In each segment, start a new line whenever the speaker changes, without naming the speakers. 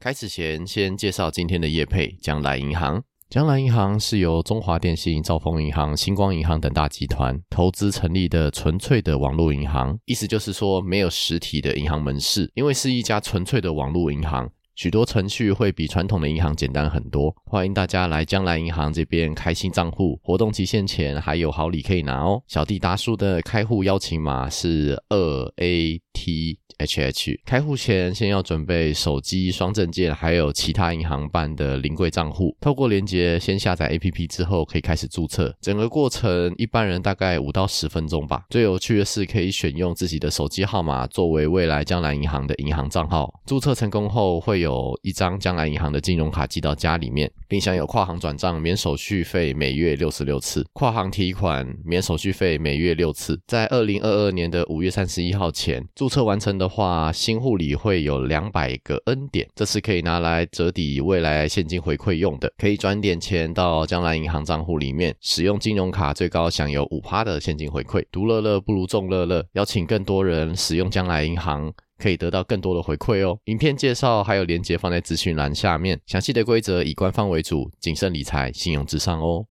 开始前，先介绍今天的业配——江南银行。江南银行是由中华电信、兆丰银行、星光银行等大集团投资成立的纯粹的网络银行，意思就是说没有实体的银行门市，因为是一家纯粹的网络银行，许多程序会比传统的银行简单很多。欢迎大家来江南银行这边开新账户，活动期限前还有好礼可以拿哦。小弟达叔的开户邀请码是二 A T H H。开户前先要准备手机、双证件，还有其他银行办的临柜账户。透过连接先下载 APP 之后，可以开始注册。整个过程一般人大概五到十分钟吧。最有趣的是，可以选用自己的手机号码作为未来江南银行的银行账号。注册成功后，会有一张江南银行的金融卡寄到家里面，并享有跨行转账免手续费，每月六十六次；跨行提款免手续费，每月六次。在二零二二年的五月三十一号前注册完成的话，新户里会有两百个 N 点，这是可以拿来折抵未来现金回馈用的。可以转点钱到江南银行账户里面，使用金融卡最高享有五趴的现金回馈。独乐乐不如众乐乐，邀请更多人使用江南银行。可以得到更多的回馈哦。影片介绍还有连接放在资讯栏下面，详细的规则以官方为主，谨慎理财，信用至上哦。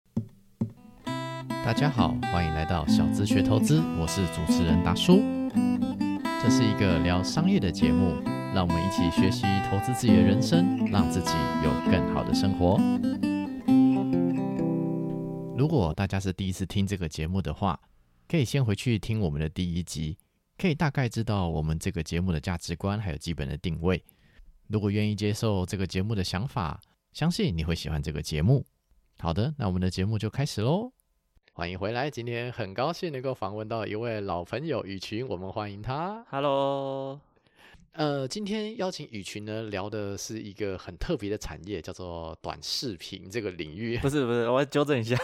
大家好，欢迎来到小资学投资，我是主持人达叔。这是一个聊商业的节目，让我们一起学习投资自己的人生，让自己有更好的生活。如果大家是第一次听这个节目的话，可以先回去听我们的第一集，可以大概知道我们这个节目的价值观还有基本的定位。如果愿意接受这个节目的想法，相信你会喜欢这个节目。好的，那我们的节目就开始喽。欢迎回来，今天很高兴能够访问到一位老朋友雨群，我们欢迎他。
Hello，
呃，今天邀请雨群呢，聊的是一个很特别的产业，叫做短视频这个领 域。
不是不是，我要纠正一下，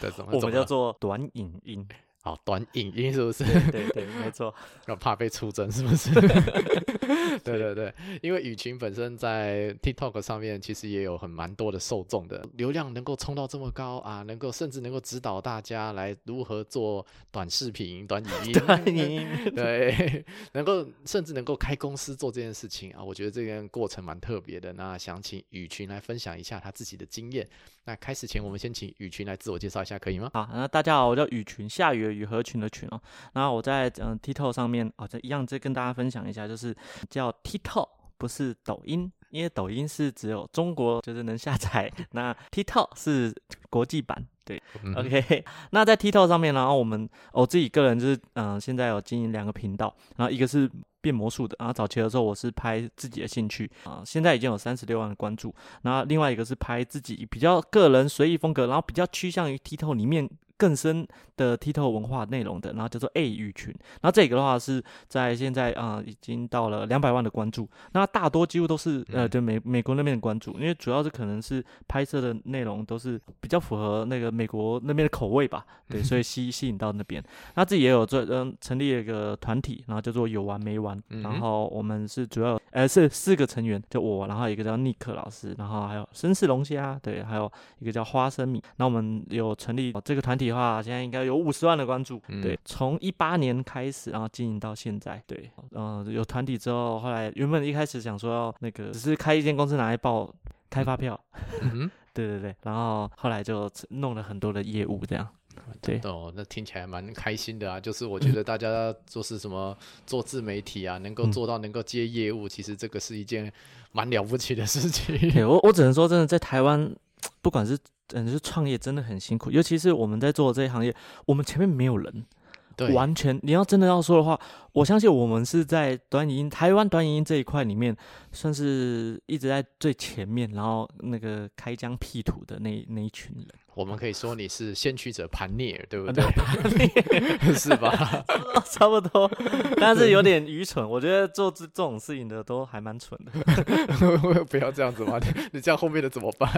对怎么
我
怎
们
么
叫
了
做短影音。
哦，短影音是不是？
对对对，没错。
然后怕被出征是不 是？对对对，因为雨晴本身在 TikTok 上面其实也有很蛮多的受众的，流量能够冲到这么高啊，能够甚至能够指导大家来如何做短视频、短影音、
短影 音，
对， 能够甚至能够开公司做这件事情啊，我觉得这个过程蛮特别的。那想请雨群来分享一下他自己的经验。那开始前，我们先请雨群来自我介绍一下，可以吗？
好，那大家好，我叫雨群，下雨的雨合群的群哦。那我在嗯 TikTok 上面哦，这一样再跟大家分享一下，就是叫 TikTok，不是抖音，因为抖音是只有中国就是能下载， 那 TikTok 是国际版。对
嗯哼
，OK，那 在 TikTok 上面，然后我们我自己个人就是，嗯、现在有经营两个频道，然后一个是变魔术的，然后早期的时候我是拍自己的兴趣啊、现在已经有三十六万的关注，然后另外一个是拍自己比较个人随意风格，然后比较趋向于 TikTok 里面更深的 TikTok 文化内容的，然后叫做 A 语群，然后这个的话是在现在啊、已经到了两百万的关注，那大多几乎都是呃
嗯
对美美国那边的关注，因为主要是可能是拍摄的内容都是比较符合那个美国那边的口味 吧，对，所以吸吸引到那边，那自己也有做嗯成立了一个团体，然后叫做有完没完，
嗯哼
然后我们是主要呃是四个成员，就我，然后一个叫尼克老师，然后还有绅士龙虾，对，还有一个叫花生米。那我们有成立哦这个团体的话，现在应该有五十万的关注，
嗯
对，从一八年开始，然后经营到现在，对，嗯、有团体之后，后来原本一开始想说要那个只是开一间公司拿来报开发票，
嗯哼。
对对对，然后后来就弄了很多的业务这样。对
哦，那听起来蛮开心的啊！就是我觉得大家就是什么做自媒体啊，能够
嗯
做到能够接业务，其实这个是一件蛮了不起的事情。
对我，我只能说，真的在台湾，不管是嗯，就是创业，真的很辛苦。尤其是我们在做这一行业，我们前面没有人，
对，
完全你要真的要说的话，我相信我们是在短影音台湾短影音这一块里面，算是一直在最前面，然后那个开疆辟土 的那那一群人。
我们可以说你是先驱者盘涅，
啊
对不对？ 是 吧？
差不多，但是有点愚蠢。我觉得做这这种事情的都还蛮蠢的。
不要这样子嘛， 你这样后面的怎么办？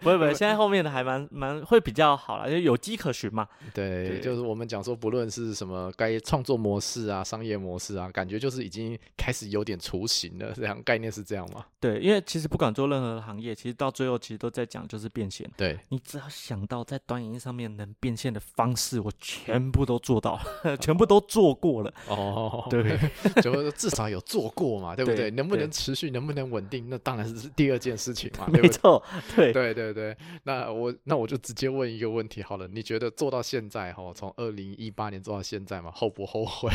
不会不会，现在后面的还蛮蛮会比较好啦，因为有迹可循嘛。
对，
对
就是我们讲说，不论是什么该创作模式啊、商业模式啊，感觉就是已经开始有点雏形了。这样概念是这样吗？
对，因为其实不管做任何行业，其实到最后其实都在讲就是变现。
对，
你只要想到在短影音上面能变现的方式，我全部都做到了， 全部都做过了。
哦，
对，
就是说至少有做过嘛，对不对？
对
能不能
对
持续，能不能稳定，那当然是第二件事情 嘛，对
没
不对？
错，对，
对对对，那我那我就直接问一个问题好了，你觉得做到现在哈，从二零一八年做到现在嘛，后不后悔？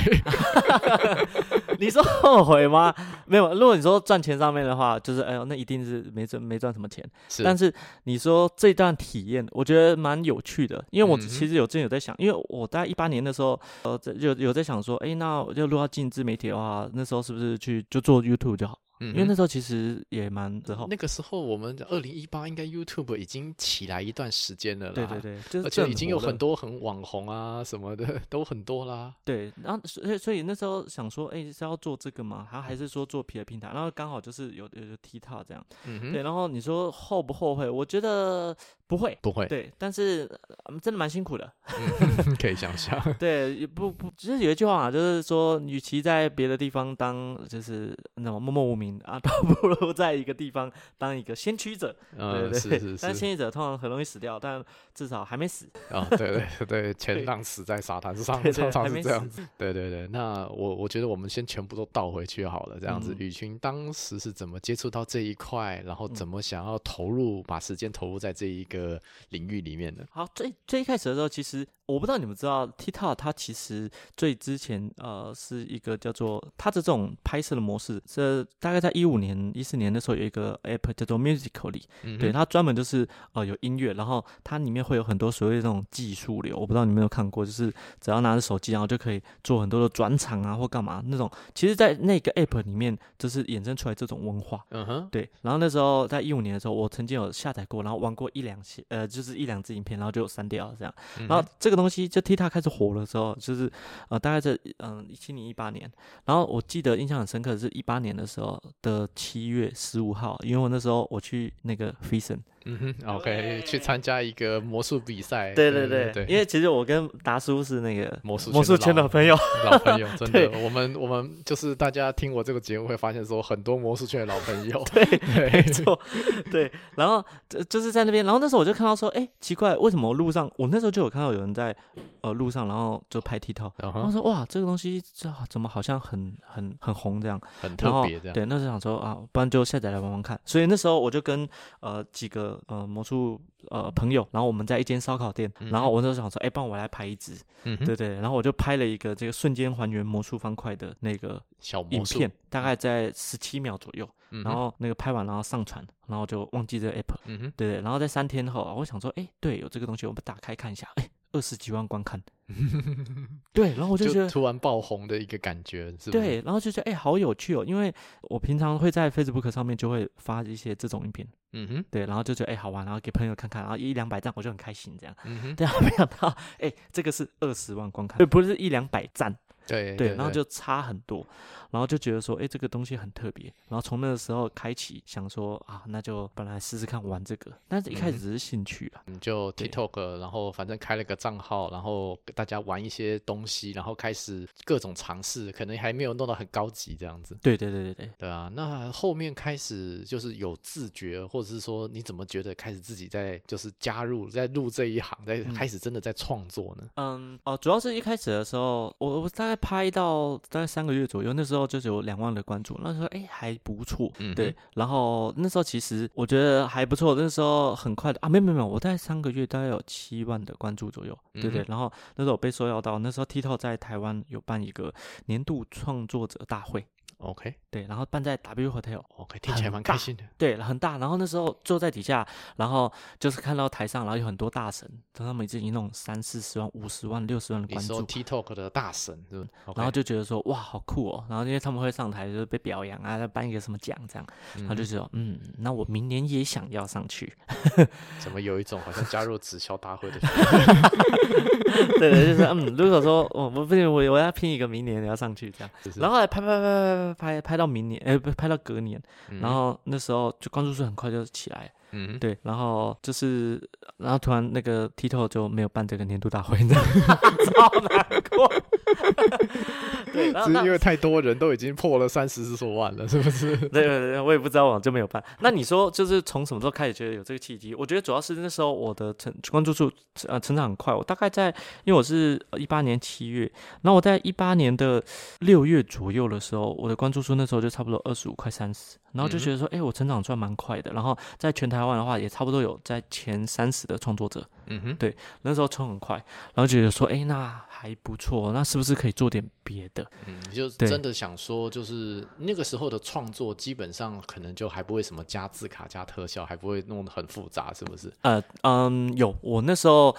你说后悔吗？没有，如果你说赚钱上面的话，就是哎呦，那一定是没赚没赚什么钱。
是
但是你说这段体验，我觉得蛮有趣的，因为我
嗯哼
其实有真有在想，因为我大概一八年的时候，呃，在有有在想说，哎，那我就如果要进自媒体的话，那时候是不是去就做 YouTube 就好？
因
因为那时候其实也蛮之后，
嗯那个时候我们二零一八应该 YouTube 已经起来一段时间了啦，
对对对，就是
而且
正
已经有
火了
很多很网红啊什么的 都很多啦。
对，然后所以所以那时候想说，哎，是要做这个吗？还还是说做别的平台？然后刚好就是有有有踢踏这样，
嗯
对。
哼，
然后你说后不后悔？我觉得不会。
不会，嗯
对，但是、呃真的蛮辛苦的。
可以想象。
对，也不不，其实有一句话啊，就是说，与其在别的地方当就是那种默默无名啊，倒不如在一个地方当一个先驱者。对
嗯，
对
是
对，
是
但
是
先驱者通常很容易死掉，但至少还没死。
啊，对对对，前浪死在沙滩上，
对对
常常
还
是
没
这样
死
子。对对对，那我我觉得我们先全部都倒回去好了，这样子。
嗯
雨群当时是怎么接触到这一块，然后
嗯
怎么想要投入，把时间投入在这一个领域里面的？
好，最最一开始的时候，其实我不知道你们知道，TikTok 它其实最之前呃是一个叫做它的这种拍摄的模式，是大概在一五年、一四年的时候有一个 app 叫做 Musically，、
嗯
对，
哼，
它专门就是呃有音乐，然后它里面会有很多所谓的这种技术流，我不知道你们有没有看过，就是只要拿着手机，然后就可以做很多的转场啊或干嘛那种。其实，在那个 app 里面，就是衍生出来这种文化。
嗯哼，
对，然后那时候在一五年的时候，我曾经有下载过，然后玩过一两些，呃，就是一两支影片，然后就删掉了这样。
嗯
然后
哼
这个东西就 TikTok 开始火的时候，就是呃，大概在嗯一七年、一八年。然后我记得印象很深刻的是，一八年的时候的七月十五号，因为我那时候我去那个 f e a s o n
嗯哼，OK，去参加一个魔术比赛。嗯对
因为其实我跟达叔是那个
魔术
魔术
圈
圈
的
的
老
朋友，
老朋 友，真的，
对
我们我们就是大家听我这个节目会发现说，很多魔术圈的老朋友，对
没错， 对。然后就就是在那边，然后那时候我就看到说，哎，奇怪，为什么路上我那时候就有看到有人在呃路上，然后就拍 TikTok。
然
然后
后
说哇，这个东西这怎么好像很很很红这样，
很
然
特
后
别这样，
对，那时候想说啊，不然就下载来玩玩看。所以那时候我就跟呃几个呃魔术呃朋友，然后我们在一间烧烤店，然后我那时候想说，哎、帮我来拍一支，
嗯哼，
对对，然后我就拍了一个这个瞬间还原魔术方块的那个
小
影
魔术嗯
片，，大概在十七秒左右，
嗯哼
然后那个拍完然后上传，然后就忘记这个 app，
嗯哼，
对对，然后在三天后啊，我想说，哎，对，有这个东西，我们打开看一下，哎，二十几万观 看，对，然后我就觉
就
得
突然爆红的一个感觉，是不是？
对，然后就觉得哎、好有趣哦，因为我平常会在 Facebook 上面就会发一些这种影片，
嗯哼，
对，然后就觉得哎、好玩，然后给朋友看看，然后一两百赞我就很开心这样。
嗯哼，
对啊，没想到哎、这个是二十万观看，对，不是一两百赞，
对
对，然后就差很多，然后就觉得说哎、这个东西很特别，然后从那个时候开启想说啊，那就本来试试看玩这个，但是一开始只是兴趣啊，
你就
对
TikTok，然后反正开了个账号，然后大家玩一些东西，然后开始各种尝试，可能还没有弄到很高级这样子。
对对对对对。
对啊，那后面开始就是有自觉，或者是说你怎么觉得开始自己在就是加入在入这一行，在
嗯
开始真的在创作呢？
嗯，哦，主要是一开始的时候，我我大概拍到大概三个月左右，那时候就是有两万的关注，那时候哎还不错，
嗯
对，然后那时候其实我觉得还不错，那时候很快的啊，没有没有没有，我大概三个月大概有七万的关注左右，对对，
嗯哼
然后那时候我被受邀到，那时候 TikTok 在台湾有办一个年度创作者大会，
OK
对，然后办在 W Hotel，
OK，听起来蛮开心的。
对，很大。然后那时候坐在底下，然后就是看到台上，然后有很多大神，他们已经弄三四十万、五十万、六十万的
你
关
说
注。
TikTok 的大神是不是？
然后就觉得说哇好酷哦，然后因为他们会上台就是被表扬啊，再颁一个什么奖这样，然后就觉得嗯，那我明年也想要上去，
怎么有一种好像加入直销大会 的
对对，就是嗯，如果说我我不行，我我要拼一个明年也要上去这样，
是
然后后来拍拍拍拍拍拍拍到明年，哎不拍到隔年，然后那时候就关注数很快就起来，
嗯，
对，然后就是，然后突然那个 Tito 就没有办这个年度大会，你知道吗 超难过。 对，然后
只
那
是因为太多人都已经破了三十四万了，是不是？
对对对，我也不知道，我就没有办。那你说，就是从什么时候开始觉得有这个契机？我觉得主要是那时候我的成关注度呃成长很快，我大概在因为我是呃一八年七月，然后我在一八年的六月左右的时候，我的关注数那时候就差不多二十五快三十，然后就觉得说，哎、我成长算蛮快的。然后在全台湾的话，也差不多有在前三十的创作者，
嗯哼，
那时候冲很快，然后觉得说，哎、那还不错，那是不是可以做点别的？
嗯，你就
对
真的想说，就是那个时候的创作，基本上可能就还不会什么加字卡、加特效，还不会弄得很复杂，是不是？
呃，嗯，有，我那时候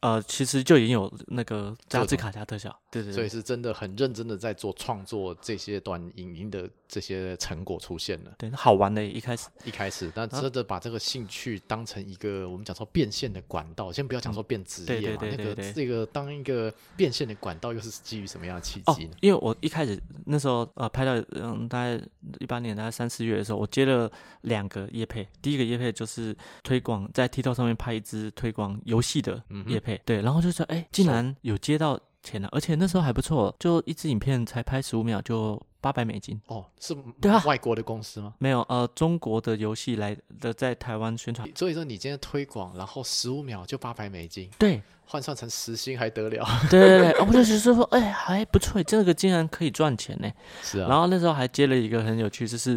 呃，其实就已经有那个
这
加
种
字卡加特效，对对
所以
对。
是真的很认真的在做创作，这些短影音的这些成果出现了。
对，好玩的一开始，
一开始，
啊
但真的把这个兴趣当成一个我们讲说变现的管道，先不要讲说变职
嗯对
业
对
嘛，
对
那
对
个
对
这个当一个变现的管道，又是基于什么样的契
哦
机呢？，
因为我一开始那时候呃拍到嗯大概一八年大概三四月的时候，我接了两个业配，第一个业配就是推广在 TikTok 上面拍一支推广游戏的
嗯哼
业配，对，然后就说哎、竟然有接到钱了，而且那时候还不错，就一支影片才拍十五秒就八百美金，
哦，是
对啊
外国的公司吗？
没有呃中国的游戏来的在台湾宣传，
所以说你今天推广，然后十五秒就八百美金，
对，
换算成时薪还得了？
对 对对，我就觉得说，哎、还不错，这个竟然可以赚钱呢。
是
然，后那时候还接了一个很有趣，就是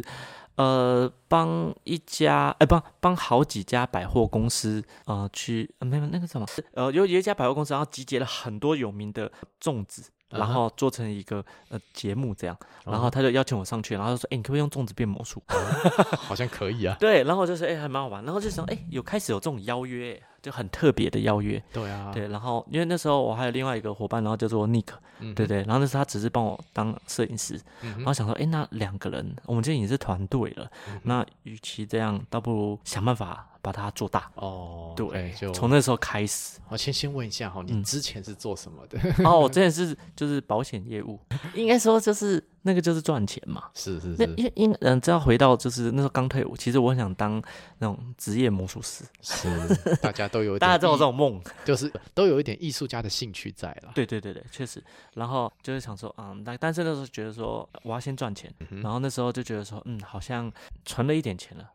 呃，帮一家，哎、帮帮好几家百货公司，呃，去，呃、没有那个什么，呃，有有一家百货公司，然后集结了很多有名的粽子。然
嗯哼
后做成一个呃节目这样，然
嗯
后他就邀请我上去，然后就说：“哎、你可不可以用粽子变魔术？”
好像可以啊。
对，然后我就说：“哎、还蛮好玩。”然后就想：“哎、有开始有这种邀约，就很特别的邀约。
对啊，
对，然后因为那时候我还有另外一个伙伴，然后叫做 Nick，
嗯哼
对，对，然后那时候他只是帮我当摄影师，
嗯哼
然后想说，哎，那两个人，我们今天已经是团队了，
嗯
那与其这样，倒不如想办法把它做大。
哦，
对
OK，就，
从那时候开 始。
我先先问一下哈，你
嗯
之前是做什么 的？
哦，我真的是就是保险 业务，应该说就是那个就是赚钱嘛。
是是
那
是
因为因嗯，这要回到就是那时候刚退伍，其实我很想当那种职业魔术师，
是，大家都有一
大家
点
都有
艺
这种梦。
就是都有一点艺术家的兴趣在了。
对对对对，确实。然后就是想说，嗯，但但是那时候觉得说我要先赚钱，
嗯
然后那时候就觉得说，嗯，好像存了一点 钱了，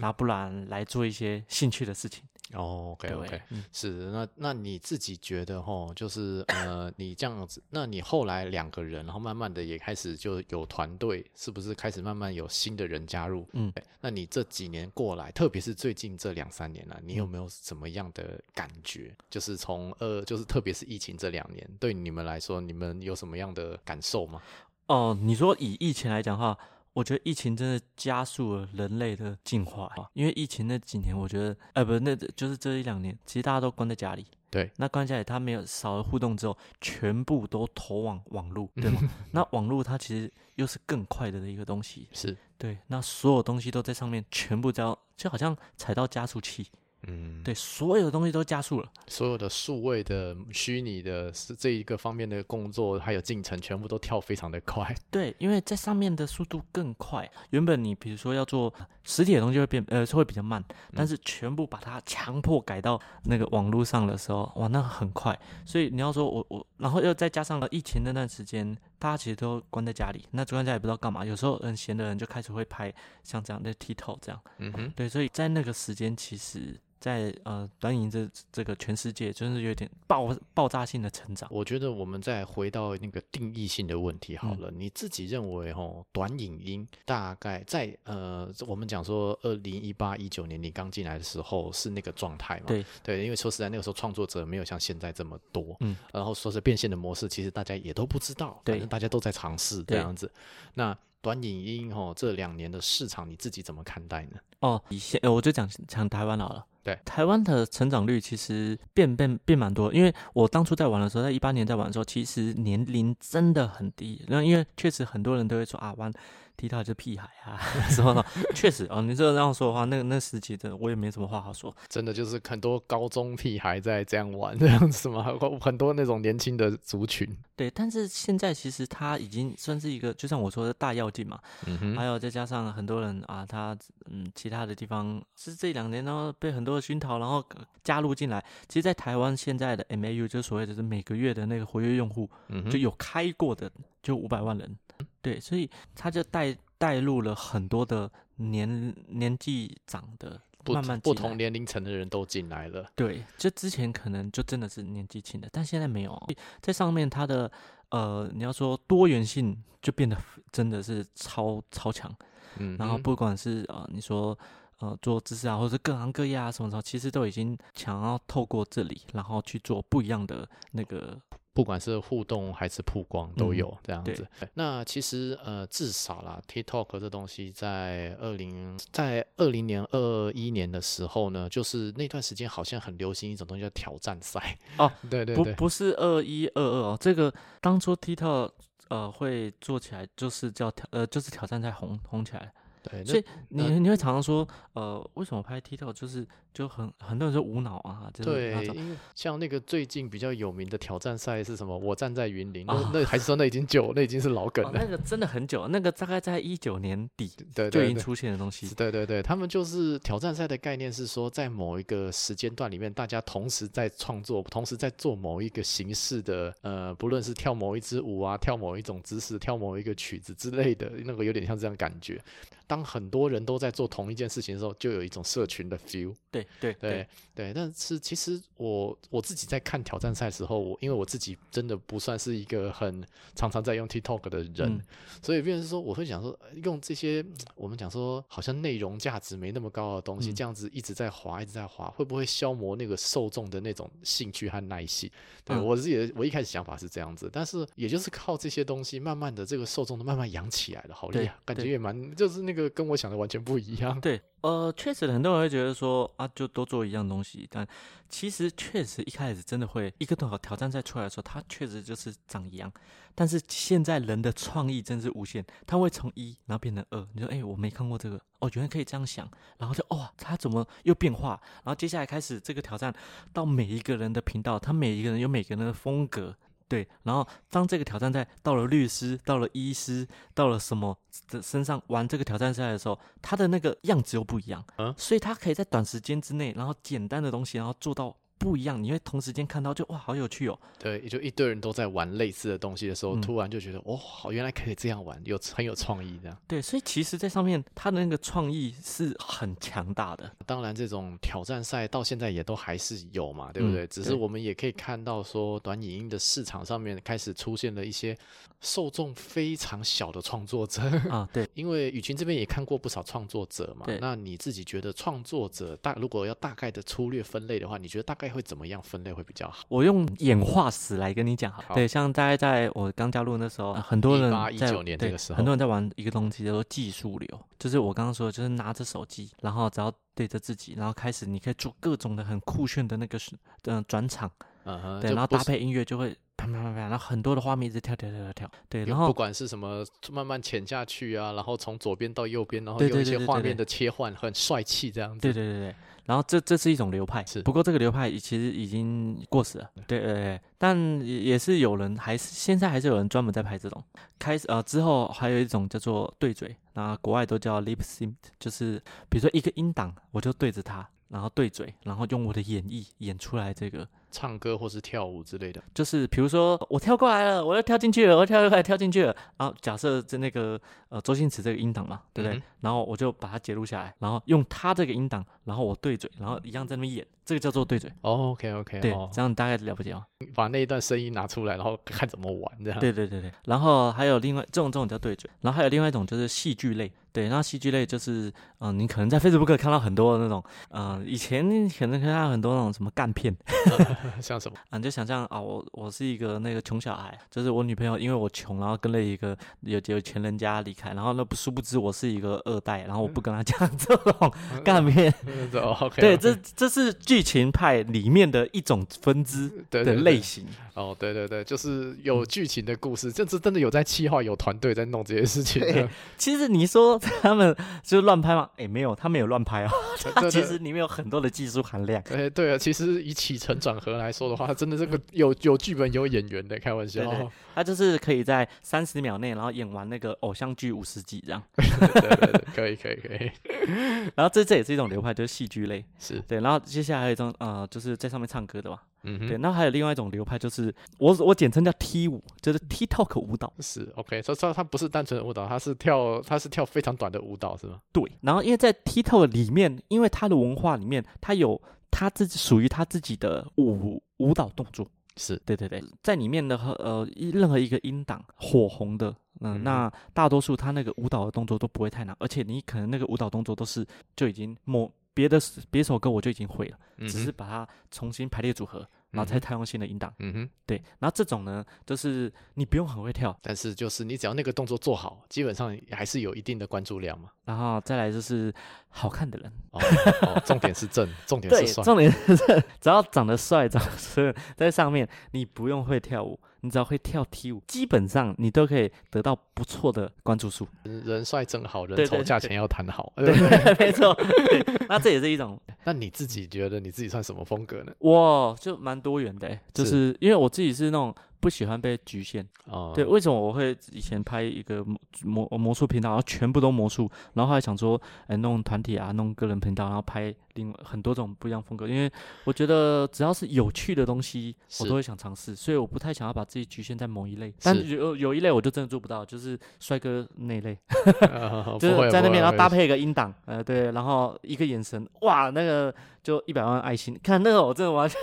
然后不然来做一些兴趣的事情。
哦，OK
对
OK，
嗯
是那那你自己觉得哈，就是呃，你这样子，那你后来两个人，然后慢慢的也开始就有团队，是不是开始慢慢有新的人加入？
嗯
对，那你这几年过来，特别是最近这两三年啊，你有没有什么样的感觉？就是从呃，就是特别是疫情这两年，对你们来说，你们有什么样的感受吗？
哦，你说以疫情来讲的话，我觉得疫情真的加速了人类的进化，因为疫情那几年，我觉得，呃，不，那就是这一两年，其实大家都关在家里。
对，
那关在家里，他没有少了互动之后，全部都投往网络，对 吗？那网络它其实又是更快的一个东西，
是，
对，那所有东西都在上面，全部都就好像踩到加速器，
嗯，
对，所有的东西都加速了。
所有的数位的、虚拟的，是这一个方面的工作还有进程，全部都跳非常的快。
对，因为在上面的速度更快。原本你比如说要做实体的东西会变，呃，会比较慢，但是全部把它强迫改到那个网络上的时候，哇，那很快。所以你要说我我，然后又再加上了疫情那段时间，大家其实都关在家里，那关在家也不知道干嘛。有时候很闲的人就开始会拍像这样的 T 头这样，
嗯哼，
对，所以在那个时间其实在呃短影音这这个全世界真是有点爆爆炸性的成长。
我觉得我们再回到那个定义性的问题好
嗯
了，你自己认为哦，短影音大概在呃，我们讲说二零一八一九年你刚进来的时候是那个状态嘛？
对
对，因为说实在那个时候创作者没有像现在这么多，
嗯，
然后说是变现的模式，其实大家也都不知道，
对
反正大家都在尝试这
对
样子。那短影音哦，这两年的市场你自己怎么看待呢？
哦，以前、呃我就讲讲台湾好了。
对
台湾的成长率其实变变变蛮多，因为我当初在玩的时候，在一八年在玩的时候，其实年龄真的很低。那因为确实很多人都会说啊，玩 TikTok 就是屁孩啊 什么的，确实哦，你这样说的话，那个那时期真的我也没什么话好说。
真的就是很多高中屁孩在这样玩这样子 嘛，很多那种年轻的族群，
对，但是现在其实它已经算是一个，就像我说的大跃进嘛，
嗯哼
还有再加上很多人啊，他嗯，其他的地方是这两年，然后被很多的熏陶，然后呃加入进来。其实，在台湾现在的 MAU 就是所谓的是每个月的那个活跃用户，
嗯
就有开过的就五百万人，对，所以他就带带入了很多的年年纪长的，
不
慢慢
不
进来
同年龄层的人都进来了。
对，就之前可能就真的是年纪轻的，但现在没有，所以在上面它的呃，你要说多元性就变得真的是超超强。
嗯哼，
然后不管是呃你说呃做知识啊，或者是各行各业啊什么什么，其实都已经想要透过这里，然后去做不一样的那个，
不管是互动还是曝光都有、这样
嗯对
子。那其实呃，至少啦，TikTok 这东西在二零在二零年二一年的时候呢，就是那段时间好像很流行一种东西叫挑战赛
哦，
对对
不
对，
不是二一二二哦，这个当初 TikTok 呃会做起来就是叫挑呃就是挑战赛红红起来，
对，
所以你、
那
你会常常说呃为什么拍 TikTok 就是就很很多人说无脑啊，就
那
是那
对，
种。
因为像那个最近比较有名的挑战赛是什么？我站在云林，
啊
那那还是说那已经久，那已经是老梗
哦，
了。
那个真的很久，那个大概在一九年底
对
就
对
已经
对
出现的东西。
对对对，他们就是挑战赛的概念是说，在某一个时间段里面，大家同时在创作，同时在做某一个形式的，呃，不论是跳某一支舞啊，跳某一种姿势，跳某一个曲子之类的，那个有点像这样感觉。当很多人都在做同一件事情的时候，就有一种社群的 feel。
对对
对对，但是其实我我自己在看挑战赛的时候，我因为我自己真的不算是一个很常常在用 TikTok 的人，
嗯
所以变成是说，我会想说，呃用这些嗯我们讲说好像内容价值没那么高的东西，
嗯
这样子一直在滑，一直在滑，会不会消磨那个受众的那种兴趣和耐性？对、
嗯
我自己的，我一开始想法是这样子，但是也就是靠这些东西，慢慢的这个受众都慢慢养起来了，好厉
对
害，感觉
对
也蛮，就是那个跟我想的完全不一样。
对，呃，确实很多人会觉得说啊，就都做一样东西，但其实确实一开始真的会一个挑挑战赛出来的时候，它确实就是长一样。但是现在人的创意真是无限，他会从一然后变成二，你说哎、我没看过这个，哦，原来可以这样想，然后就哇、他怎么又变化？然后接下来开始这个挑战到每一个人的频道，他每一个人有每个人的风格。对，然后当这个挑战赛到了律师，到了医师，到了什么的身上玩这个挑战赛的时候，他的那个样子又不一样，
嗯
所以他可以在短时间之内，然后简单的东西，然后做到不一样，你会同时间看到就哇，好有趣哦，
对，也就一堆人都在玩类似的东西的时候，
嗯
突然就觉得哦，好，原来可以这样玩，有很有创意这样。
对，所以其实，在上面他的那个创意是很强 大的，
当然，这种挑战赛到现在也都还是有嘛，对不
嗯
对？只是
对
我们也可以看到说，短影音的市场上面开始出现了一些受众非常小的创作者。
啊，对，
因为雨晴这边也看过不少创作者嘛
对，
那你自己觉得创作者大如果要大概的粗略分类的话，你觉得大概会怎么样分类会比较好？
我用演化史来跟你讲好了，
好
对，像大概在我刚加入那时候，呃很多人
18
在
19年
对
这个时候
很多人在玩一个东西叫做技术流，就是我刚刚说的，就是拿着手机，然后只要对着自己，然后开始你可以做各种的很酷炫的那个是嗯转场，
嗯哼，
对，
就
然后
不
搭
是
配音乐就会啪啪啪啪，然后很多的画面一直跳跳跳跳跳，对，然
不
后
管是什么慢慢潜下去啊，然后从左边到右边，然后
对
有
对
一些
对对
画
对
面的切换，很帅气这样子。
对对对对，然后这这是一种流派，
是
不过这个流派其实已经过时了，对对对，但也也是有人还是现在还是有人专门在拍这种，开始呃之后还有一种叫做对嘴，那国外都叫 lip sync，就是比如说一个音档，我就对着它，然后对嘴，然后用我的演绎演出来这个
唱歌或是跳舞之类的。
就是比如说我跳过来了，我又跳进去了，我又跳过来，跳进去了。然后假设这那个呃周星驰这个音档嘛，对不对？
嗯哼
然后我就把它截录下来，然后用他这个音档，然后我对嘴，然后一样在那边演，这个叫做对嘴。
哦、OK OK，
对，
哦
这，样你大概了不解吗？
把那一段声音拿出来，然后看怎么玩这样。
对对对对，然后还有另外这种这种叫对嘴，然后还有另外一种就是戏剧类，对，那戏剧类就是，嗯、你可能在 Facebook 看到很多那种，嗯、以前你可能看到很多那种什么干片，
像 什么？
啊，你就想象啊，我我是一个那个穷小孩，就是我女朋友因为我穷，然后跟了一个有有钱人家离开，然后那不殊不知我是一个二代，然后我
嗯
不跟他讲这种干片，
哦，OK，
对，这这是剧情派里面的一种分支
对
的
对
类型，
哦，对对对，就是有剧情的故事，这这真的有在企划，有团队在弄这些事情的。
对 其实你说 他们就乱拍吗？哎，没有，他们有乱拍哦，
呃对对
其实里面有很多的技术含量。
哎，对啊，其实以起承转合来说的话，真的这个有有剧本有演员的，开玩笑。哦
对对他就是可以在三十秒内，然后演完那个偶像剧五十集这样。
对对对，可以可以可以，
然后这这也是一种流派，就是戏剧类。
是，
对，然后接下来还有一种呃，就是在上面唱歌的嘛。
嗯
对，
哼，
那还有另外一种流派，就是我我简称叫 T 舞，就是
嗯
TikTok 舞蹈。
是 OK。所以他他不是单纯的舞蹈，他是跳他是跳非常短的舞蹈，是吗？
对，然后因为在 TikTok 里面，因为它的文化里面，它有它自己属于它自己的舞舞蹈动作。
是，
对对对，在里面的和呃一任何一个音档火红的，嗯、
嗯
那大多数他那个舞蹈的动作都不会太难，而且你可能那个舞蹈动作都是就已经某别的别首歌我就已经会了，只是把它重新排列组合，然后
嗯
再
嗯哼
套用新的音档。
嗯哼，
对，然后这种呢，就是你不用很会跳，
但是就是你只要那个动作做好，基本上还是有一定的关注量嘛。
然后再来就是好看的人，
哦，哦重点是正，重点是帅。
重点是只要长得帅，长得是在上面，你不用会跳舞，你只要会跳踢舞，基本上你都可以得到不错的关注数。
人人帅真好，人
对对
丑
对
价钱要谈好。
对， 没错，对，那这也是一种，
那你自己觉得你自己算什么风格呢？
哇，就蛮多元的欸，就是是因为我自己是那种不喜欢被局限，
哦，
对，，为什么我会以前拍一个魔魔魔术频道，然后全部都魔术，然后还想说，哎，弄团体啊，弄个人频道，然后拍另外很多种不一样风格，因为我觉得只要是有趣的东西，我
是
都会想尝试，所以我不太想要把自己局限在某一类。但
是
有有一类我就真的做不到，就是帅哥那一类，
呃
就
不会
是在那
不会
边，然后搭
不会
配一个音档，呃，对，然后一个眼神，哇，那个就一百万爱心，看那个我真的完全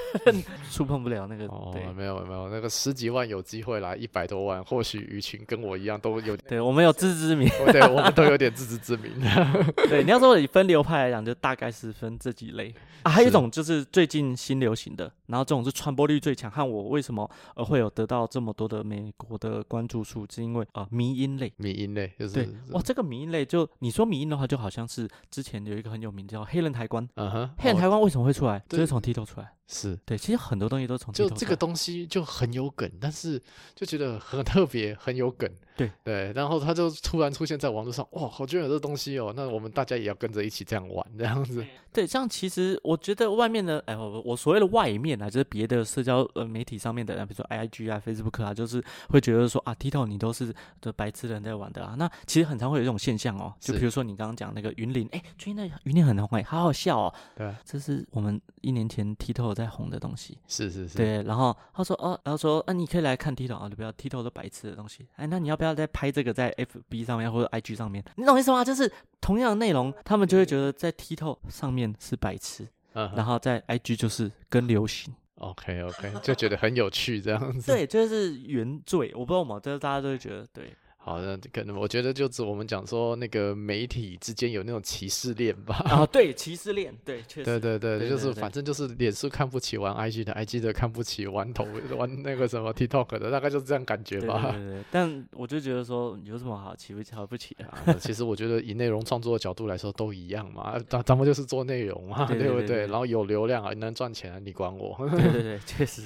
触碰不了那个，
哦
对，。
没有没有，那个十几万有机会来一百多万，或许鱼群跟我一样都有，
对我们有自知之明，
对我们都有点自知之明。
对，你要说以分流派来讲，就大概是分这几类啊，还有一
是
种就是最近新流行的，然后这种是传播力最强，和我为什么呃会有得到这么多的美国的关注数，是因为啊、呃、迷音类。
迷因类就是
对，哇，，这个迷音类就你说迷音的话，就好像是之前有一个很有名叫黑人抬棺，
嗯哼，
黑人
哦
抬棺为什么会出来？就是
对
从 TikTok 出来。
是。
对，其实很多东西都是从 TikTok
就
出来。
这个东西就很有梗，但是就觉得很特别，很有梗。
对
对，然后他就突然出现在网络上，哇，好居然有这东西哦！那我们大家也要跟着一起这样玩，这样子。
对，这样其实我觉得外面的，哎，我我所谓的外面啊，就是别的社交呃媒体上面的人，比如说 IG 啊、Facebook 啊，就是会觉得说啊，TikTok 你都是的白痴人在玩的啊。那其实很常会有这种现象哦，就是比如说你刚刚讲那个云林，哎，最近那云林很红哎，好好笑哦，
对，
这是我们一年前 TikTok 在红的东西。
是是是，
对，然后他说哦，然后说啊，你可以来看 TikTok 啊，你不要 TikTok 都白痴的东西。哎，那你要不要再拍这个在 FB 上面或者 IG 上面？你懂我意思吗？就是同样的内容，他们就会觉得在 TikTok 上面是白痴，
嗯
然后在 IG 就是跟流行，
，OK OK，就觉得很有趣这样子。
对，就是原罪。我不知道嘛，就是大家都会觉得对，
好，那可能我觉得就是我们讲说那个媒体之间有那种歧视链吧。
啊，对，歧视恋，对，确实，
对对对，
对
就
对
是
对
反正就是脸书看不起玩 IG 的，IG 的看不起玩头玩那个什么 TikTok 的，大概就是这样感觉
对对
吧。
对对。但我就觉得说，有什么好瞧不瞧不 起的？
啊其实我觉得以内容创作的角度来说都一样嘛，咱咱们就是做内容嘛，
对对
不
对对
然后有流量啊，能赚钱啊，你管我，
对对对，确实。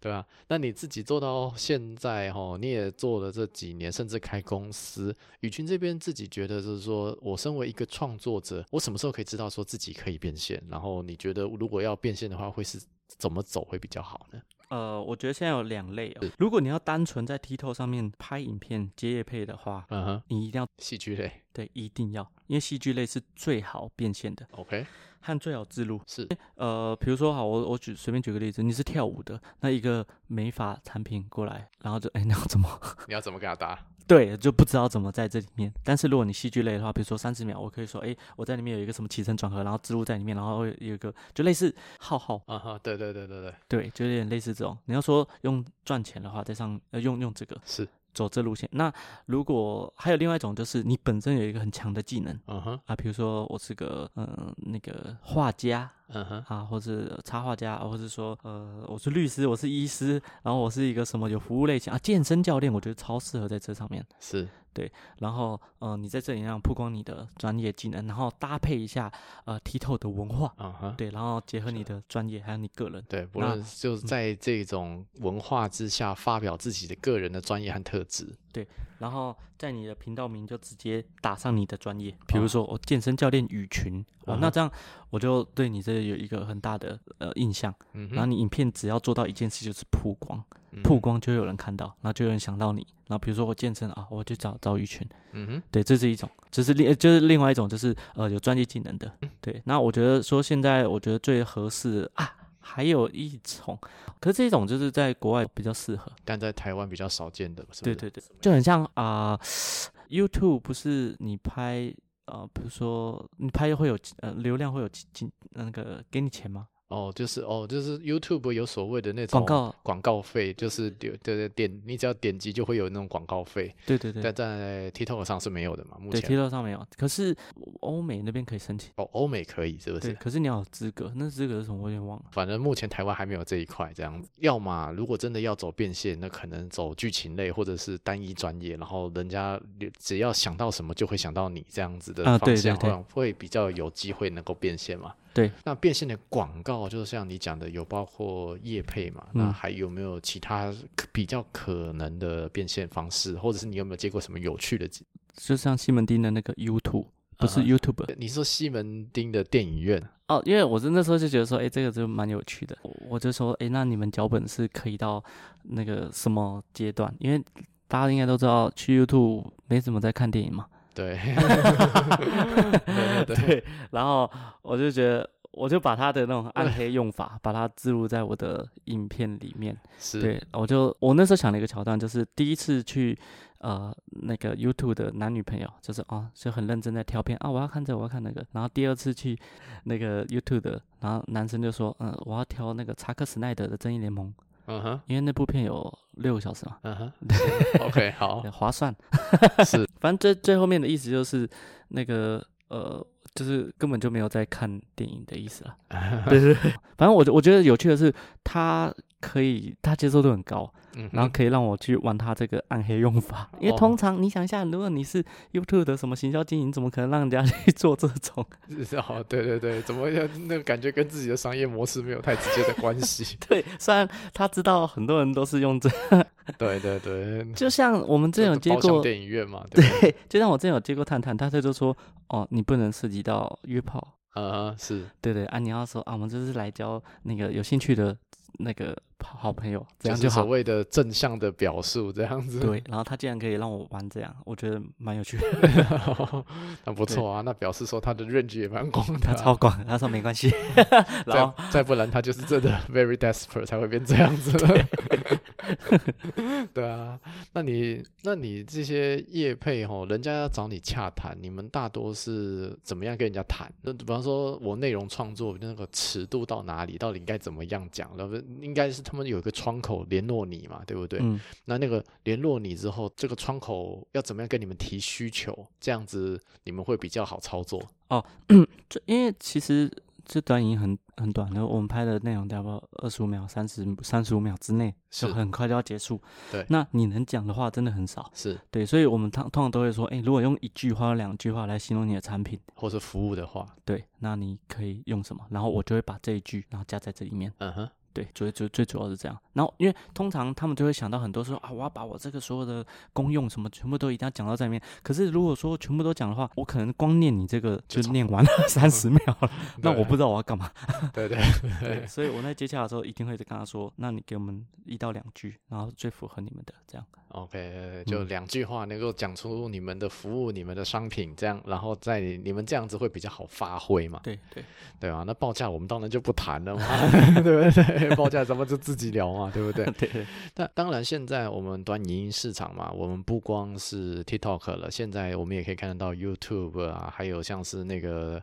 对啊。那你自己做到现在哈，你也做了这几年，甚至开公司，宇君这边自己觉得就是说我身为一个创作者，我什么时候可以知道说自己可以变现？然后你觉得如果要变现的话，会是怎么走会比较好呢？
呃，我觉得现在有两类、哦，如果你要单纯在 TikTok 上面拍影片接业配的话，
嗯哼，
你一定要
戏剧类。
对，一定要，因为戏剧类是最好变现的
OK，
和最好自录。
是
呃，比如说好，我我举随便举个例子，你是跳舞的，那一个美发产品过来，然后就哎，那 要怎么？
你要怎么给他搭？
对，就不知道怎么在这里面。但是如果你戏剧类的话，比如说三十秒，我可以说，哎，我在里面有一个什么起承转合，然后植入在里面，然后有一个就类似浩浩，
啊哈，对对对对对，
对，就有点类似这种。你要说用赚钱的话，再上呃用用这个
是，
走这路线。那如果还有另外一种，就是你本身有一个很强的技能
嗯哼，
啊，比如说我是个嗯、呃那个画家
嗯哼，
啊，或是插画家，啊或是说呃我是律师，我是医师，然后我是一个什么有服务类型啊，健身教练，我觉得超适合在这上面。
是
然后呃你在这里让曝光你的专业技能，然后搭配一下呃剔透的文化，
啊哈。
对，然后结合你的专业还有你个人。
对，不
那嗯
论就是在这种文化之下发表自己的个人的专业和特质，
然后在你的频道名就直接打上你的专业，比如说我、健身教练羽群，
啊
哦
哈
那这样我就对你这有一个很大的呃印象。
嗯
然后
哼，
你影片只要做到一件事就是曝光，
嗯
曝，光就有人看到，然后就有人想到你。然后比如说我健身啊，我就找找羽群，
嗯哼，
对，这是一种，这是另就是另外一种，就是呃有专业技能的。对，那我觉得说现在我觉得最合适啊。还有一种，可是这种就是在国外比较适合，
但在台湾比较少见的，是不
对
是？
对对，就很像啊、y o u t u b e 不是你拍啊、呃比如说你拍会有呃流量会有进进那个给你钱吗？
哦，就是哦，就是 YouTube 有所谓的那种
广告？
广告费，就是对对对点，你只要点击就会有那种广告费，
对对对
但在 TikTok 上是没有的嘛，目
对
前。
，TikTok 上没有，可是欧美那边可以申请，
哦，欧美可以是不
对，
是？
可是你要有资格，那资格是什么？我有点忘了。
反正目前台湾还没有这一块这样子。要么如果真的要走变现，那可能走剧情类或者是单一专业，然后人家只要想到什么就会想到你这样子的
啊对
方向，
对对
会会比较有机会能够变现嘛。
对，
那变现的广告，就像你讲的，有包括业配嘛？
嗯
那还有没有其他可比较可能的变现方式，或者是你有没有接过什么有趣的经？
就像西门町的那个 YouTube，不是
嗯
YouTube、
你说西门町的电影院
哦，因为我是那时候就觉得说，哎、这个就蛮有趣的，我我就说，哎、那你们脚本是可以到那个什么阶段？因为大家应该都知道，去 YouTube 没怎么在看电影嘛。
对，
对 然后我就觉得，我就把他的那种暗黑用法，把它植入在我的影片里面。
是，
对，我就我那时候想了一个桥段，就是第一次去呃那个 YouTube 的男女朋友，就是啊就很认真在挑片啊，我要看这个，我要看那个。然后第二次去那个 YouTube 的，然后男生就说，嗯、我要挑那个查克·史奈德的《正义联盟》，
嗯哼，
因为那部片有六个小时嘛，
嗯哼 ，OK，好
对，划算。
是，
反正最最后面的意思就是那个呃，就是根本就没有在看电影的意思了。
嗯
对对对，反正我我觉得有趣的是，他可以他接受度很高，
嗯哼
然后可以让我去玩他这个暗黑用法。因为
哦
通常你想一下，如果你是 YouTube 的什么行销经营，怎么可能让人家去做这种？
哦，对对对，怎么会那个感觉跟自己的商业模式没有太直接的关 系？
对，虽然他知道很多人都是用这，
对对对，
就像我们之前有接
包厢
过，
电影院嘛，对，
对，就像我之前有接过探探，他就说哦，你不能涉及到约炮。
嗯哼， 是
对对啊，你要说啊，我们这是来交那个有兴趣的那个好好朋友，这样
就是
好。
所谓的正向的表述这样子，
对，然后他竟然可以让我玩这样，我觉得蛮有趣的。
那不错啊，那表示说他的 range 也蛮广的
他
啊、
超广，他说没 关系，然后
再再不然他就是真的 very desperate 才会变这样子。 对啊，那你那你这些业配吼，人家要找你洽谈，你们大多是怎么样跟人家谈？那比方说我内容创作那个尺度到哪里，到底应该怎么样讲？那不应该是他们有一个窗口联络你嘛，对不对？
嗯，
那那个联络你之后，这个窗口要怎么样跟你们提需求？这样子你们会比较好操作。
这因为其实这短影很很短的，我们拍的内容大概二十五秒、三十、三十五秒之内，就是很快就要结束。
对
那你能讲的话真的很少，
是，
对，所以我们通通常都会说，哎，如果用一句话、两句话来形容你的产品，
或是服务的话，
对，那你可以用什么？然后我就会把这一句，然后加在这里面。
嗯哼，
对，最最最主要是这样。然后，因为通常他们就会想到很多说啊，我要把我这个所有的功用什么全部都一定要讲到这里面。可是如果说全部都讲的话，我可能光念你这个就
就超
念完了三十秒了，那我
对
不知道我要干 嘛。
对对
对，所以我在接洽的时候一定会跟他说，那你给我们一到两句，然后最符合你们的这样。
OK，就两句话能够讲出你们的服务、你们的商品，这样，然后在你们这样子会比较好发挥嘛，
对对，
对啊，那报价我们当然就不谈了嘛， 对不对？报价咱们就自己聊嘛，对不对？
对对
但当然，现在我们端影音市场嘛，我们不光是 TikTok 了，现在我们也可以看得到 YouTube 啊，还有像是那个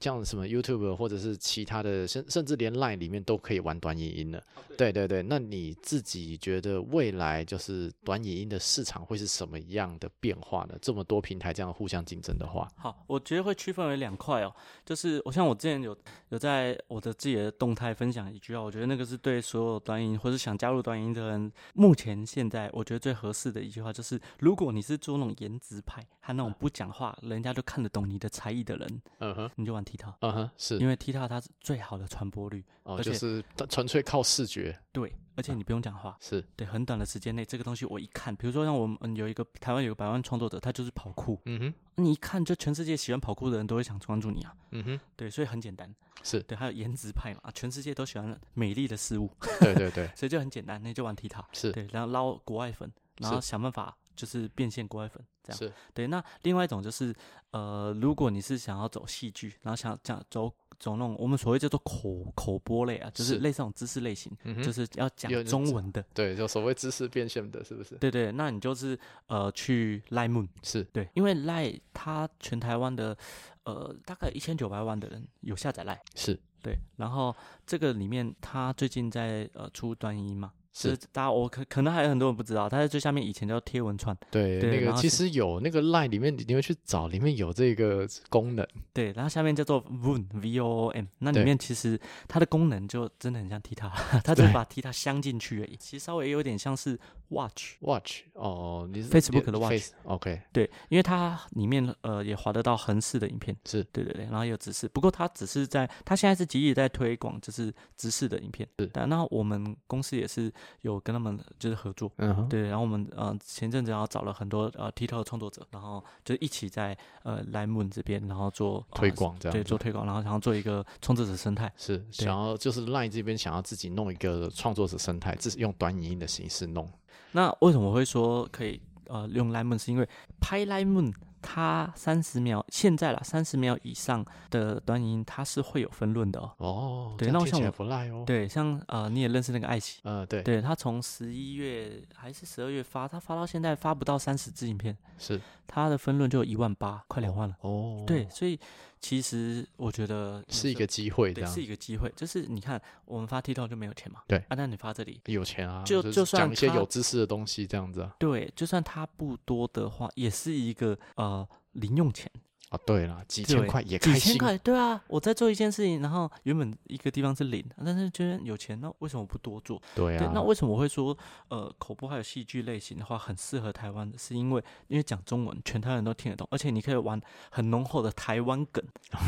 像什么 YouTube 或者是其他的，甚甚至连 Line 里面都可以玩短影音了。哦对对对，那你自己觉得未来就是短影音的市场会是什么样的变化呢？这么多平台这样互相竞争的话，
好，我觉得会区分为两块哦，就是我像我之前有有在我的自己的动态分享一句话，我觉得那个是对所有短影或是想加入短影的人，目前现在我觉得最合适的一句话就是，如果你是做那种颜值派和那种不讲话，人家就看得懂你的才艺的人，
嗯哼，
你就玩 TikTok，
嗯哼，是
因为 TikTok 它是最好的传播率，
哦，
而且
就是纯粹靠视觉，
对，而且你不用讲话，
是，
对，很短的时间内这个东西我一看，比如说像我们嗯有一个台湾有个百万创作者，他就是跑酷，
嗯哼，
你一看就全世界喜欢跑酷的人都会想关注你啊，
嗯 哼，
对，所以很简单。
是
对，还有颜值派嘛，啊全世界都喜欢美丽的事物，
对对对，
所以就很简单，那就玩 t i k
是
对，然后捞国外粉，然
是
后想办法就是变现国外粉，这样。
是，
对，那另外一种就是，呃，如果你是想要走戏剧，然后想讲走走那种我们所谓叫做口口播类啊，就是
是
类似那种知识类型，
嗯哼
就。是要讲
有那
中
种
文的。
对，就所谓知识变现的，是不是？
对对，那你就是呃去 l i Moon，
是，
对，因为 l i 它全台湾的呃大概一千九百万的人有下载 l i
是
对，然后这个里面他最近在呃出短音嘛，就是大家我可可能还有很多人不知道，他在最下面以前叫贴文串，
对
对
那
然
个
后
其
是
实有那个 Line 里面，你会去找，里面有这个功能。
对，然后下面叫做 Voom V O O M，那里
对
面其实它的功能就真的很像 Tita，它就
对
把 Tita 镶进去而已，其实稍微有点像是 Watch。
Watch 哦，你是
Facebook
你
的 Watch
Face- OK
对，因为它里面呃也划得到横式的影片，
是
对对对，然后也有直视，不过它只是在它现在是极力在推广就是直视的影片
是，
但那我们公司也是有跟他们就是合作，
嗯哼，
对，然后我们呃前阵子然后找了很多呃 TikTok 的创作者，然后就一起在呃 l i m o n 这边，然后做、呃
推，广这样
对，
子
做推广，然后然后做一个创作者生态。
是想要就是 Line 这边想要自己弄一个创作者生态，自用短影音的形式弄。
那为什么我会说可以呃用 l i m o n 是因为拍 l i m o n 它三十秒，现在啦，三十秒以上的短影音它是会有分论的哦。
哦，
对
这样
那我
听
像
起来
我
不赖哦。，
对，像呃你也认识那个爱奇艺，
呃，对，
对他从十一月还是十二月发，他发到现在发不到三十支影片，
是
他的分论就有一万八，快两万了。
哦，
对，，所以其实我觉得
是一个机会这
对，
样
是。一个机会。就是你看，我们发 TikTok 就没有钱嘛，
对
啊，那你发这里，
有钱啊，
就
就是
就算
讲一些
他
有知识的东西这样子啊。
对，就算它不多的话，也是一个呃零用钱，
啊，对啦，几千
对
块也
几
开
千
心。
块，对啊，我在做一件事情，然后原本一个地方是零，但是觉得有钱，那为什么不多做？
对
对
啊，，
那为什么我会说，呃，口播还有戏剧类型的话很适合台湾，是因为因为讲中文，全台湾人都听得懂，而且你可以玩很浓厚的台湾梗。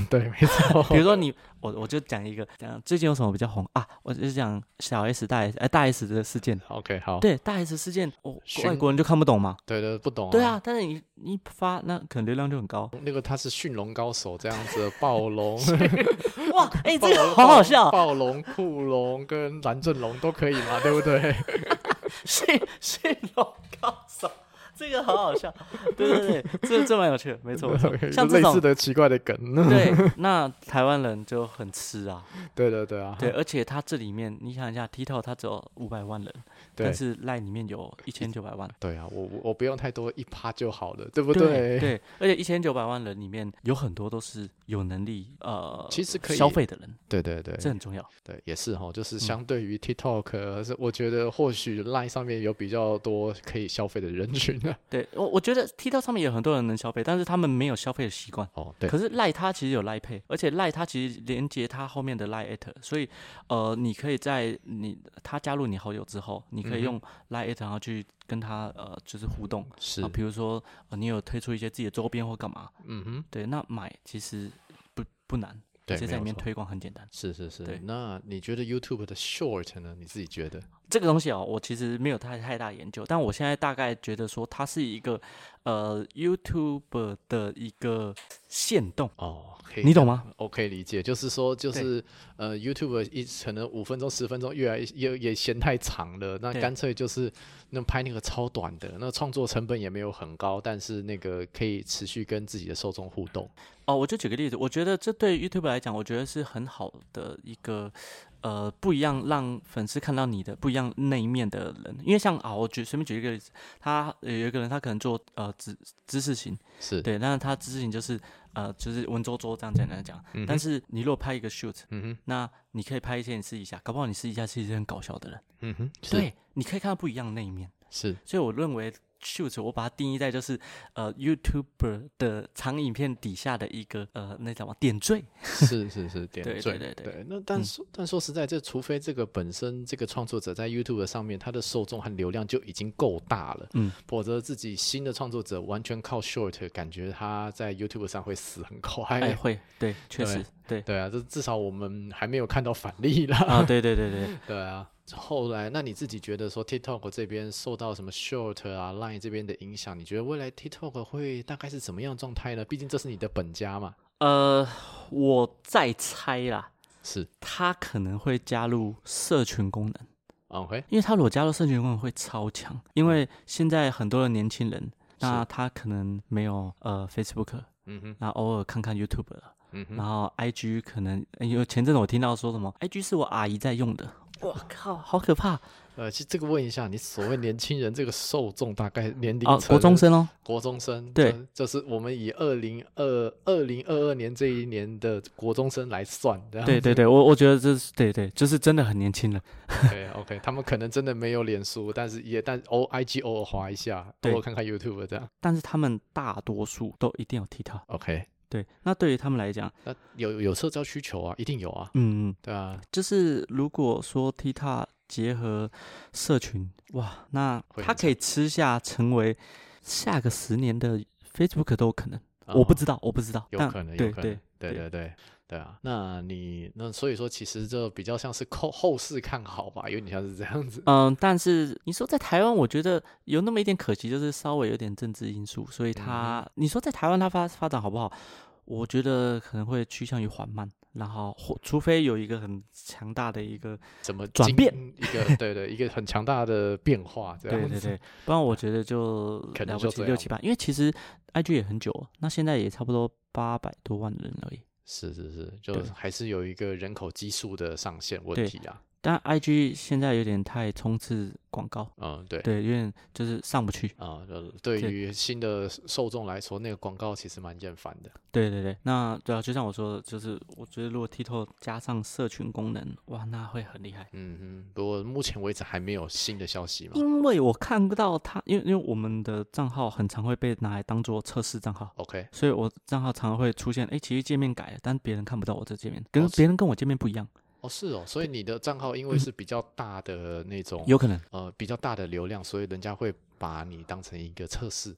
对，没错。
比如说你，我我就讲一个，讲最近有什么比较红啊？我就讲小 S 大 S 哎大 S 的事件，
OK，好，
对大 S 事件，我、
寻
外国人就看不懂嘛。
对对，不懂。
对啊，，但是你你一发那可能流量就很高
那个他是驯龙高手这样子，暴 龙、
哇！ 哎、
暴
这个
龙
好好
暴
笑，
暴龙、库龙跟蓝正龙都可以 嘛，对不对？
驯驯龙高手，这个好好笑，对对对，这这蛮有趣的，没错 没错，像这
类
种
似的奇怪的梗，
对，那台湾人就很吃啊，
对对对啊，
对，而且他这里面你想一下，TikTok 它只有五百万人，但
对
是 Line 里面有一千九百万。
对啊，我我我不用太多，一趴就好了， 对不
对对，而且一千九百万人里面有很多都是有能力呃，
其实可以
消费的人，
对对对
这嗯很重要。
对，也是哈，就是相对于 TikTok，呃是我觉得或许 Line 上面有比较多可以消费的人群啊。
对我我觉得 TikTok 上面有很多人能消费，但是他们没有消费的习惯。
哦，对
可，是赖它其实有赖配，而且赖它其实连接它后面的赖 at，所以呃，你可以在你他加入你好友之后，你
嗯
可以用赖 at 然后去跟他呃就是互动，
是
啊，比如说、呃、你有推出一些自己的周边或干嘛，
嗯哼，
对，那买其实不不难，
对
而且在里
没有
面
错
推广很简单。
是是是
对。
那你觉得 YouTube 的 Short 呢？你自己觉得？
这个东西哦，我其实没有太太大研究，但我现在大概觉得说它是一个呃 YouTube 的一个限动，
哦，可以
你懂吗？
？OK，理解，就是说，就是呃，YouTube 一可能五分钟、十分钟，越来也也嫌太长了，那
对
干脆就是那拍那个超短的，那创作成本也没有很高，但是那个可以持续跟自己的受众互动。
哦，我就举个例子，我觉得这对 YouTube 来讲，我觉得是很好的一个呃不一样，让粉丝看到你的不一样那一面的人。因为像啊，我举随便举一个例子，他呃有一个人，他可能做呃知知识型，
是，
对，但是他知识型就是呃就是文绉绉这样简单地讲。但是你如果拍一个 shoot，
嗯嗯哼，
那你可以拍一些你私底下，搞不好你私底下是一些很搞笑的人，
嗯哼，是，
对，你可以看到不一样的那一面。
是，
所以我认为 shoot 我把它定义在就是呃 YouTuber 的长影片底下的一个呃那叫什么点缀。
是是是，点
对对
缀
对对
那但
嗯
说、但说实在，这除非这个本身这个创作者在 YouTube 上面他的受众和流量就已经够大了，
嗯，
否则自己新的创作者完全靠 Short，感觉他在 YouTube 上会死很快。
哎，会，对，确实， 对，
对啊，这至少我们还没有看到反例啦。
啊，对对对对，
对啊，后来那你自己觉得说 TikTok 这边受到什么 Short 啊、Line 这边的影响？你觉得未来 TikTok 会大概是怎么样的状态呢？毕竟这是你的本家嘛。
呃，我再猜啦，
是
它可能会加入社群功能，
，OK，
因为它如果加入社群功能会超强，因为现在很多的年轻人，那他可能没有呃 Facebook，
嗯哼，
那偶尔看看 YouTube 了。
嗯哼，
然后 I G 可能，哎因为前阵子我听到说什么 I G 是我阿姨在用的，我靠，好可怕
呃，其实这个问一下，你所谓年轻人这个受众大概年龄
啊！
层
国中生哦，
国中生，
对
这，就是我们以二零二二零二二年这一年的国中生来算，这样
对对对，我我觉得这是对对，就是真的很年轻人。
对，OK，他们可能真的没有脸书，但是也但偶 IG 偶尔滑一下，偶
对
尔看看 YouTube 这样
但是他们大多数都一定有 TikTok，
，OK，
对。那对于他们来讲，
那有有社交需求啊，一定有啊，
嗯，
对啊，
就是如果说 TikTok 结合社群，哇，那
会
它
很
可以吃下成为下个十年的 Facebook 都有可能，
啊
我不知道，我不知道，
有
但
可能，有
对
可
对
能，对
对
对对对啊。那你那所以说，其实这比较像是后后市看好吧，有点像是这样子。
嗯，但是你说在台湾，我觉得有那么一点可惜，就是稍微有点政治因素，
嗯
所以它、你说在台湾它发发展好不好？我觉得可能会趋向于缓慢，然后或除非有一个很强大的一个，
怎么
转
经
变
一个对对一个很强大的变化这样
对
子。
对对，不然我觉得就
啊可能
了
就这
不起六
样
七八，因为其实 IG 也很久了，那现在也差不多八百多万人而已。
是是是，就
对
还是有一个人口基数的上限问
对
题啊。
但 IG 现在有点太冲刺广告，
嗯，对。
对，有点就是上不去。
啊、呃对
对
于新的受众来说，那个广告其实蛮厌烦的。
对对对，那对啊，就像我说的，就是我觉得如果 TikTok 加上社群功能，哇，那会很厉害。
嗯哼，不过目前为止还没有新的消息嘛。
因为我看不到他，因为因为我们的账号很常会被拿来当做测试账号，
OK，
所以我账号常常会出现，哎，其实界面改了，但别人看不到我这界面，跟
哦是
别人跟我界面不一样，
哦是哦，所以你的账号因为是比较大的那种，
嗯有可能。
呃比较大的流量，所以人家会把你当成一个测试。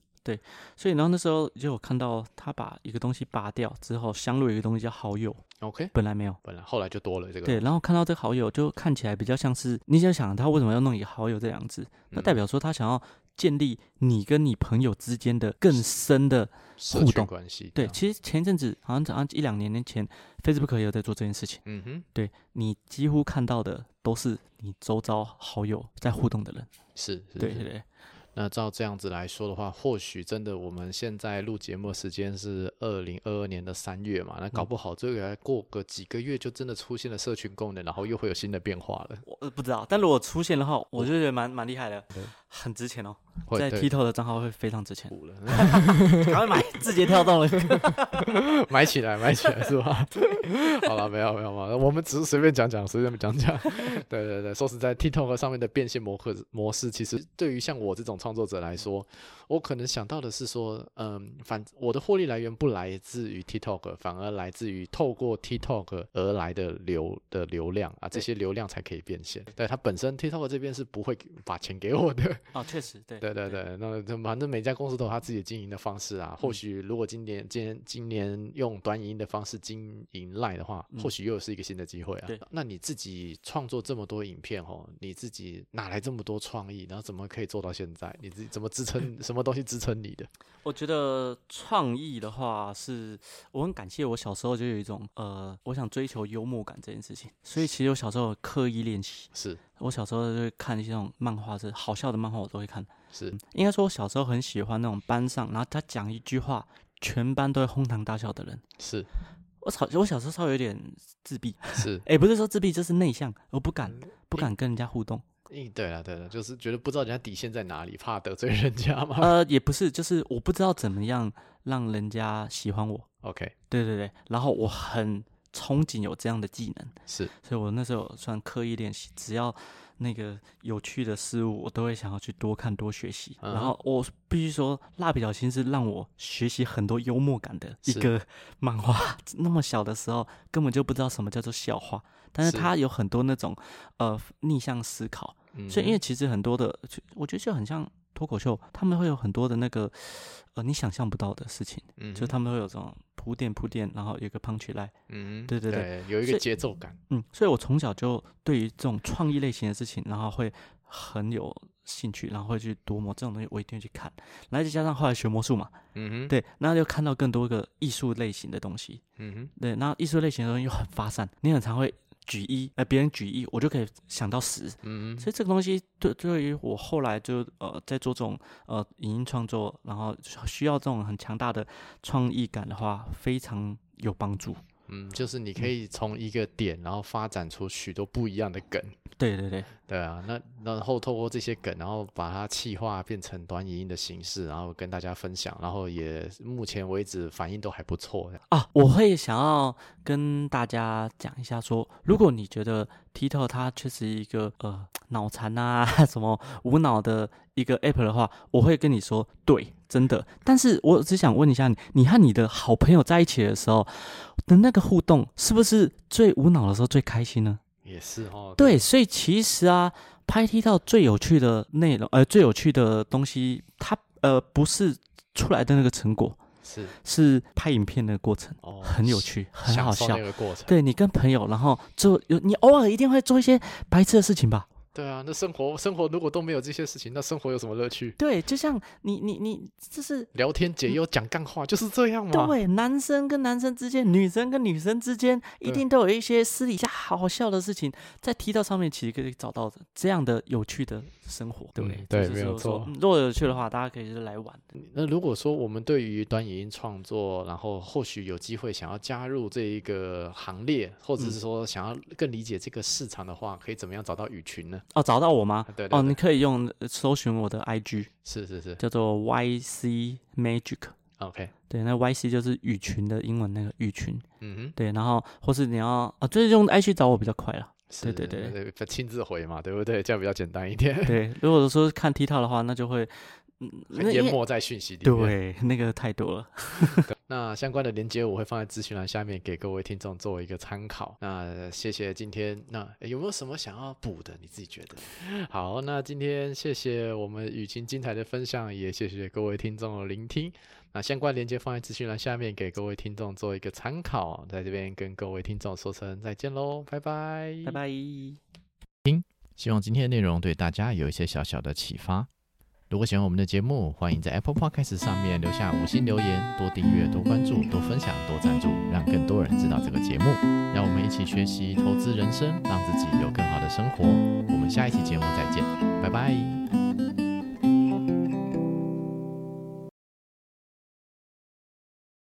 所以然后那时候就有看到他把一个东西拔掉之后，相入一个东西叫好友，
OK，
本来没有。
本来后来就多了这个。
对，然后看到这个好友就看起来比较像是，你想想他为什么要弄一个好友这两个字，
嗯
那代表说他想要建立你跟你朋友之间的更深的
社
互
群
动
关系。
对。其实前一阵子好像好像一两年前，Facebook 也有在做这件事情。
嗯哼，
对你几乎看到的都是你周遭好友在互动的人。
是，是
对
是
对对，
那照这样子来说的话，或许真的我们现在录节目的时间是二零二二年的三月嘛，那搞不好这个过个几个月就真的出现了社群功能，然后又会有新的变化了。
我呃不知道，但如果出现的话，我就觉得蛮蛮厉害的，很值钱哦，
会
在
对
Tito 的账号会非常值钱，
补了，
赶快买字节 跳动了。
买起来，买起来是吧？ 好了，没有没有没有，我们只是随便讲讲，随便讲讲。对对对，说实在，TikTok 上面的变现模式模式，其实对于像我这种创作者来说，我可能想到的是说，嗯，反我的获利来源不来自于 TikTok，反而来自于透过 TikTok 而来的流的流量啊，这些流量才可以变现。对，它本身 TikTok 这边是不会把钱给我的。
啊，确实，对，
对对对，那那反正每家公司都有他自己经营的方式啊。
嗯
或许如果今年今年今年用短影音的方式经营 Line 的话，或许又是一个新的机会啊
嗯对。
那你自己创作这么多影片哦，你自己哪来这么多创意？然后怎么可以做到现在？你自己怎么支撑？ 什么东西支撑你的？
我觉得创意的话是，我很感谢我小时候就有一种呃，我想追求幽默感这件事情，所以其实我小时候有刻意练习。
是
我小时候就会看一些那种漫画，是好笑的漫画我都会看。
是，
应该说，我小时候很喜欢那种班上，然后他讲一句话，全班都会哄堂大笑的人。
是
我小我小时候稍微有点自闭，，
是
哎、不是说自闭，就是内向，我不敢不敢跟人家互动。
嗯，对了对了，就是觉得不知道人家底线在哪里，怕得罪人家嘛。
呃，也不是，就是我不知道怎么样让人家喜欢我。
OK，
对对对，然后我很憧憬有这样的技能，
是
所以我那时候算刻意练习，只要那个有趣的事物，我都会想要去多看多学习。
嗯哼
然后我必须说，《蜡笔小新》是让我学习很多幽默感的一
是
个 漫画。那么小的时候根本就不知道什么叫做笑话，但是
是
它有很多那种呃逆向思考，
嗯
所以因为其实很多的，就我觉得就很像脱口秀，他们会有很多的那个呃你想象不到的事情，
嗯
就他们会有这种铺垫铺垫，然后有一个 punch line。
嗯，
对对对
对，有一
所
个
以
节奏感。
嗯，所以我从小就对于这种创意类型的事情，然后会很有兴趣，然后会去琢磨这种东西，我一定会去看。然后再加上后来学魔术嘛，
嗯哼，，
对，那就看到更多个艺术类型的东西。
嗯哼，
对，那艺术类型的东西又很发散，你很常会举一，呃，别人举一，我就可以想到十。
嗯
所
哼，
以这个东西对对于我后来就呃在做这种呃影音创作，然后需要这种很强大的创意感的话，非常有帮助。
嗯，就是你可以从一个点，然后发展出许多不一样的梗。
对对对，
对啊，那然后透过这些梗，然后把它气化变成短影音的形式，然后跟大家分享，然后也目前为止反应都还不错。
啊，我会想要跟大家讲一下说，如果你觉得 TikTok 它确实一个呃脑残啊 什么无脑的一个 app 的话，我会跟你说，对，真的。但是我只想问一下你，你和你的好朋友在一起的时候的那个互动，是不是最无脑的时候最开心呢？
也是哦，
对，所以其实啊，拍 TikTok 最有趣的内容，呃，最有趣的东西，它呃不是出来的那个成果，
是
是拍影片的过程。
哦，
很有趣，很
享
好
受
笑
那。个过程。
对你跟朋友，然后做有你偶尔一定会做一些白痴的事情吧？
对啊，那生活生活如果都没有这些事情，那生活有什么乐趣？
对，就像你你你，就是
聊天解忧、讲干话，就是这样嘛。
嗯对啊男生跟男生之间，女生跟女生之间，一定都有一些私底下好好笑的事情，在提到上面其实可以找到这样的有趣的生活，对不对？
嗯对
这就是
没有
我说
错
嗯如果有趣的话，大家可以就是来玩。
那如果说我们对于短影音创作，然后或许有机会想要加入这一个行列，或
嗯
者是说想要更理解这个市场的话，可以怎么样找到鱼群呢？
哦，找到我吗
啊？对对
哦，你
对，
可以用呃搜寻我的 IG，
是是是
叫做 YC Magic。
，OK，
对，那 YC 就是语群的英文那个语群。
嗯哼。
对，然后或是你要啊，就是用 i 去找我比较快了。
是
对对
对，呃亲自回嘛，对不对？这样比较简单一点，
对，如果说看 T 套的话，那就会嗯，那
淹
因为
没在讯息里面。
对那个太多了。
那相关的连接我会放在资讯栏下面，给各位听众作为一个参考。那谢谢今天，那诶有没有什么想要补的？你自己觉得？好，那今天谢谢我们雨晴精彩的分享，也谢谢各位听众的聆听。那相关连接放在资讯栏下面，给各位听众做一个参考。在这边跟各位听众说声再见喽，拜拜，
拜。拜。
希望今天的内容对大家有一些小小的启发。如果喜欢我们的节目，欢迎在 Apple Podcast 上面留下五星留言，多订阅、多关注、多分享、多赞助，让更多人知道这个节目。让我们一起学习投资人生，让自己有更好的生活。我们下一期节目再见，拜拜。